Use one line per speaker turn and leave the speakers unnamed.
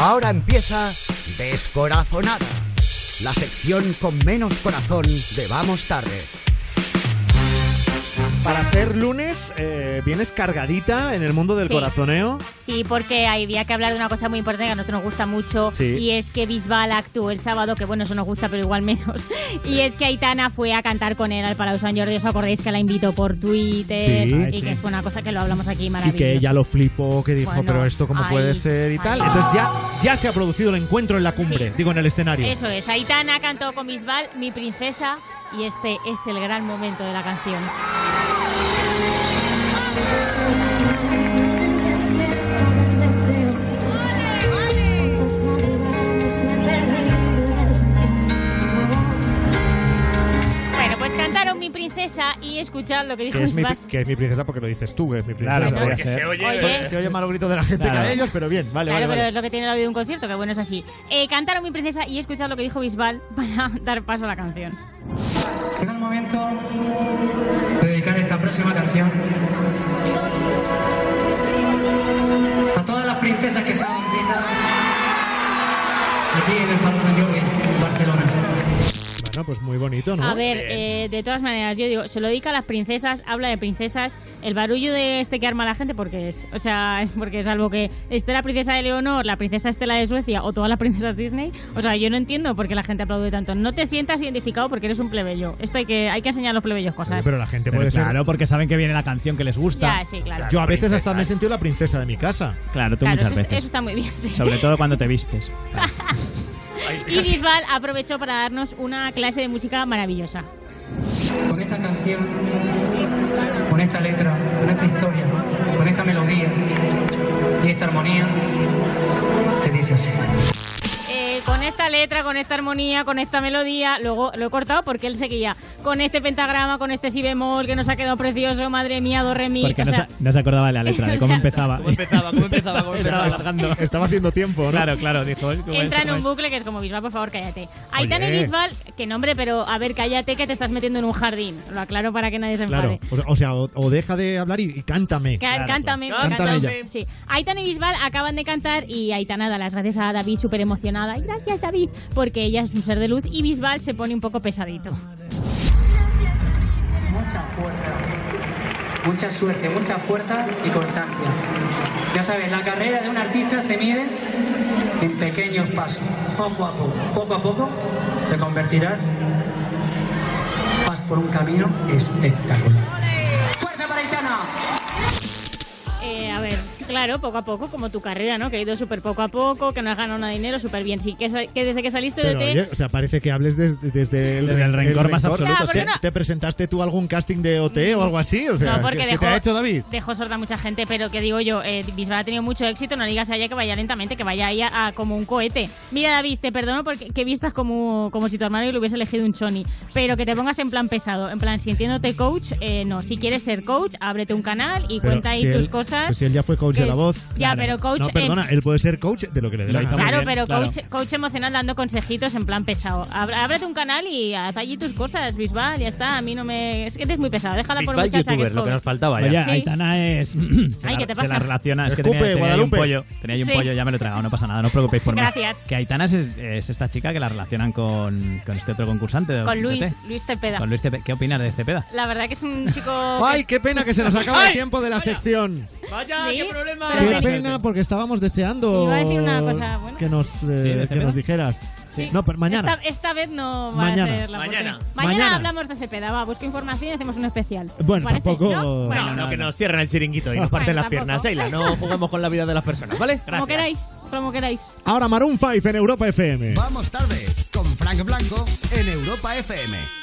Ahora empieza Descorazonada, la sección con menos corazón de Vamos Tarde.
Para ser lunes, eh, vienes cargadita en el mundo del
Sí.
corazoneo.
Sí, porque había que hablar de una cosa muy importante que a nosotros nos gusta mucho
Sí.
y es que Bisbal actuó el sábado, que bueno, eso nos gusta, pero igual menos. Y es que Aitana fue a cantar con él al Palau San Jordi. ¿Os acordáis que la invitó por Twitter?
Sí.
y
Ay,
que
sí.
fue una cosa que lo hablamos aquí
Y
maravilloso.
que ella lo flipó, que dijo,
Bueno,
pero esto cómo
ay,
puede ser y
ay.
tal. Entonces ya, ya se ha producido el encuentro en la cumbre,
Sí.
digo, en el escenario.
Eso es, Aitana cantó con Bisbal, mi princesa, y este es el gran momento de la canción. Bueno, pues cantaron mi princesa y escuchad lo que dijo
Que es, mi,
Bisbal.
que es mi princesa porque lo dices tú, que es mi
Claro,
princesa.
podría
Porque
ser.
se oye,
Oye.
se oye malo grito de la gente
Claro.
que a ellos, pero bien, vale,
Claro,
vale.
pero
vale.
es lo que tiene el audio de un concierto, que bueno, es así. Eh, cantaron mi princesa y escuchad lo que dijo Bisbal para dar paso a la canción.
Llega el momento de dedicar esta próxima canción a todas las princesas que se han inscrito aquí en el Palau Sant Jordi, en Barcelona.
Bueno, pues muy bonito, ¿no?
A ver, eh, de todas maneras, yo digo, se lo dedica a las princesas, habla de princesas. El barullo de este que arma la gente, porque es, o sea, porque salvo que esté la princesa de Leonor, la princesa Estela de Suecia o todas las princesas Disney, o sea, yo no entiendo por qué la gente aplaude tanto. No te sientas identificado porque eres un plebeyo. Esto hay que, hay que enseñar a los plebeyos
Oye,
cosas.
pero la gente
Pero
puede ser.
claro, porque saben que viene la canción que les gusta.
ya, sí, claro.
Yo a veces hasta
Princesas.
me he sentido la princesa de mi casa.
Claro, tú
Claro,
muchas
eso, es- Ah,
veces.
eso está muy bien. sí.
Sobre todo cuando te vistes.
Y Bisbal aprovechó para darnos una clase de música maravillosa.
Con esta canción, con esta letra, con esta historia, con esta melodía y esta armonía, que dice así.
Eh, con esta letra, con esta armonía, con esta melodía, luego lo he cortado porque él seguía con este pentagrama, con este si bemol que nos ha quedado precioso, madre mía, do re mi.
Porque
o
no,
sea,
se, no se acordaba de la letra, de cómo
o sea,
empezaba.
¿Cómo empezaba? ¿Cómo empezaba? ¿Cómo
Estaba,
empezaba?
estaba- estaba haciendo tiempo, ¿no?
Claro, claro, dijo. "Ay, ¿cómo es?
entra en
¿Cómo
un
es?".
bucle que es como Bisbal, por favor, cállate. Aitana
Oye.
y Bisbal, que nombre, pero a ver, cállate que te estás metiendo en un jardín. Lo aclaro para que nadie se enfade.
Claro. pues. O sea, o, sea, o- o deja de hablar y, y cántame.
Ca- cántame,
claro.
Cántame
cántame. Sí. Aitana y Bisbal acaban de cantar y Aitana da las gracias a David, súper emocionada. Y Gracias, David, porque ella es un ser de luz y Bisbal se pone un poco pesadito.
Mucha fuerza. Mucha suerte, mucha fuerza y constancia. Ya sabes, la carrera de un artista se mide en pequeños pasos, poco a poco. Poco a poco te convertirás. Vas por un camino espectacular. ¡Fuerza para Itana!
Eh, a ver, claro, poco a poco, como tu carrera, ¿no? Que ha ido súper poco a poco, que no has ganado nada de dinero, súper bien. Sí, que, sa- que desde que saliste de
Pero,
OT...
oye, o sea, parece que hables des- desde el,
Desde el rencor más absoluto,
Claro, sí.
¿Te,
porque no-
te presentaste tú a algún casting de OT o algo así? O sea,
Ah, No, porque
¿qué, qué
dejó,
te ha hecho David?
dejó sorda a mucha gente, pero que digo yo, eh, Bisbal ha tenido mucho éxito, no le digas a ella que vaya lentamente, que vaya ahí a, a como un cohete. Mira, David, te perdono porque que vistas como, como si tu hermano le hubiese elegido un choni, pero que te pongas en plan pesado, en plan sintiéndote coach, eh, no. Si quieres ser coach, ábrete un canal y
Pero
cuenta ahí
si
tus
él-
cosas.
pues si él ya fue coach
que
de la
es-
voz.
Ya,
claro.
pero coach...
no,
en-
perdona, él puede ser coach de lo que le dé la
Lo hizo
gana.
muy
Claro,
bien,
pero
claro.
Coach, coach emocional dando consejitos en plan pesado. Abra- Ábrete un canal y haz allí tus cosas, Bisbal, ya está. A mí no me. Es que eres muy pesado, déjala por
Bisbal
muchacha que es
youtuber, lo que
joven.
nos faltaba
Oye,
ya.
Sí.
Aitana es. se
Ay,
la-
¿qué te
Se
pasa?
la relaciona. Es que
Escupe,
tenía, tenía ahí un
Guadalupe.
pollo. Tenía ahí un
Sí.
pollo, ya me lo he tragado, no pasa nada, no os preocupéis por mí.
Gracias.
Que Aitana es, es esta chica que la relacionan con, con este otro concursante. de-
Con
de
Luis,
OT.
Luis Cepeda.
Con Luis Cepeda. ¿Qué opinas de Cepeda?
La verdad que es un chico.
¡Ay, qué pena que se nos acaba el tiempo de la sección!
Vaya,
Sí,
qué problema.
pero
¡Qué
me-
pena! Porque estábamos deseando
Iba a decir una cosa buena.
que, nos, eh,
de
que nos
Cepeda.
dijeras. No, pero mañana.
Esta, esta vez no va
Mañana.
a ser la
Mañana.
oportunidad. Mañana,
Mañana.
hablamos de Cepeda, va, busca información y hacemos un especial.
Bueno,
¿Parece?
tampoco-
¿No?
No,
Bueno,
No, no, que nos cierren el chiringuito y nos
Bueno,
parten las
tampoco.
piernas, Seila. No jugamos con la vida de las personas, ¿vale?
como
Gracias.
queráis, como queráis.
Ahora Maroon 5 en Europa FM.
Vamos tarde con Frank Blanco en Europa FM.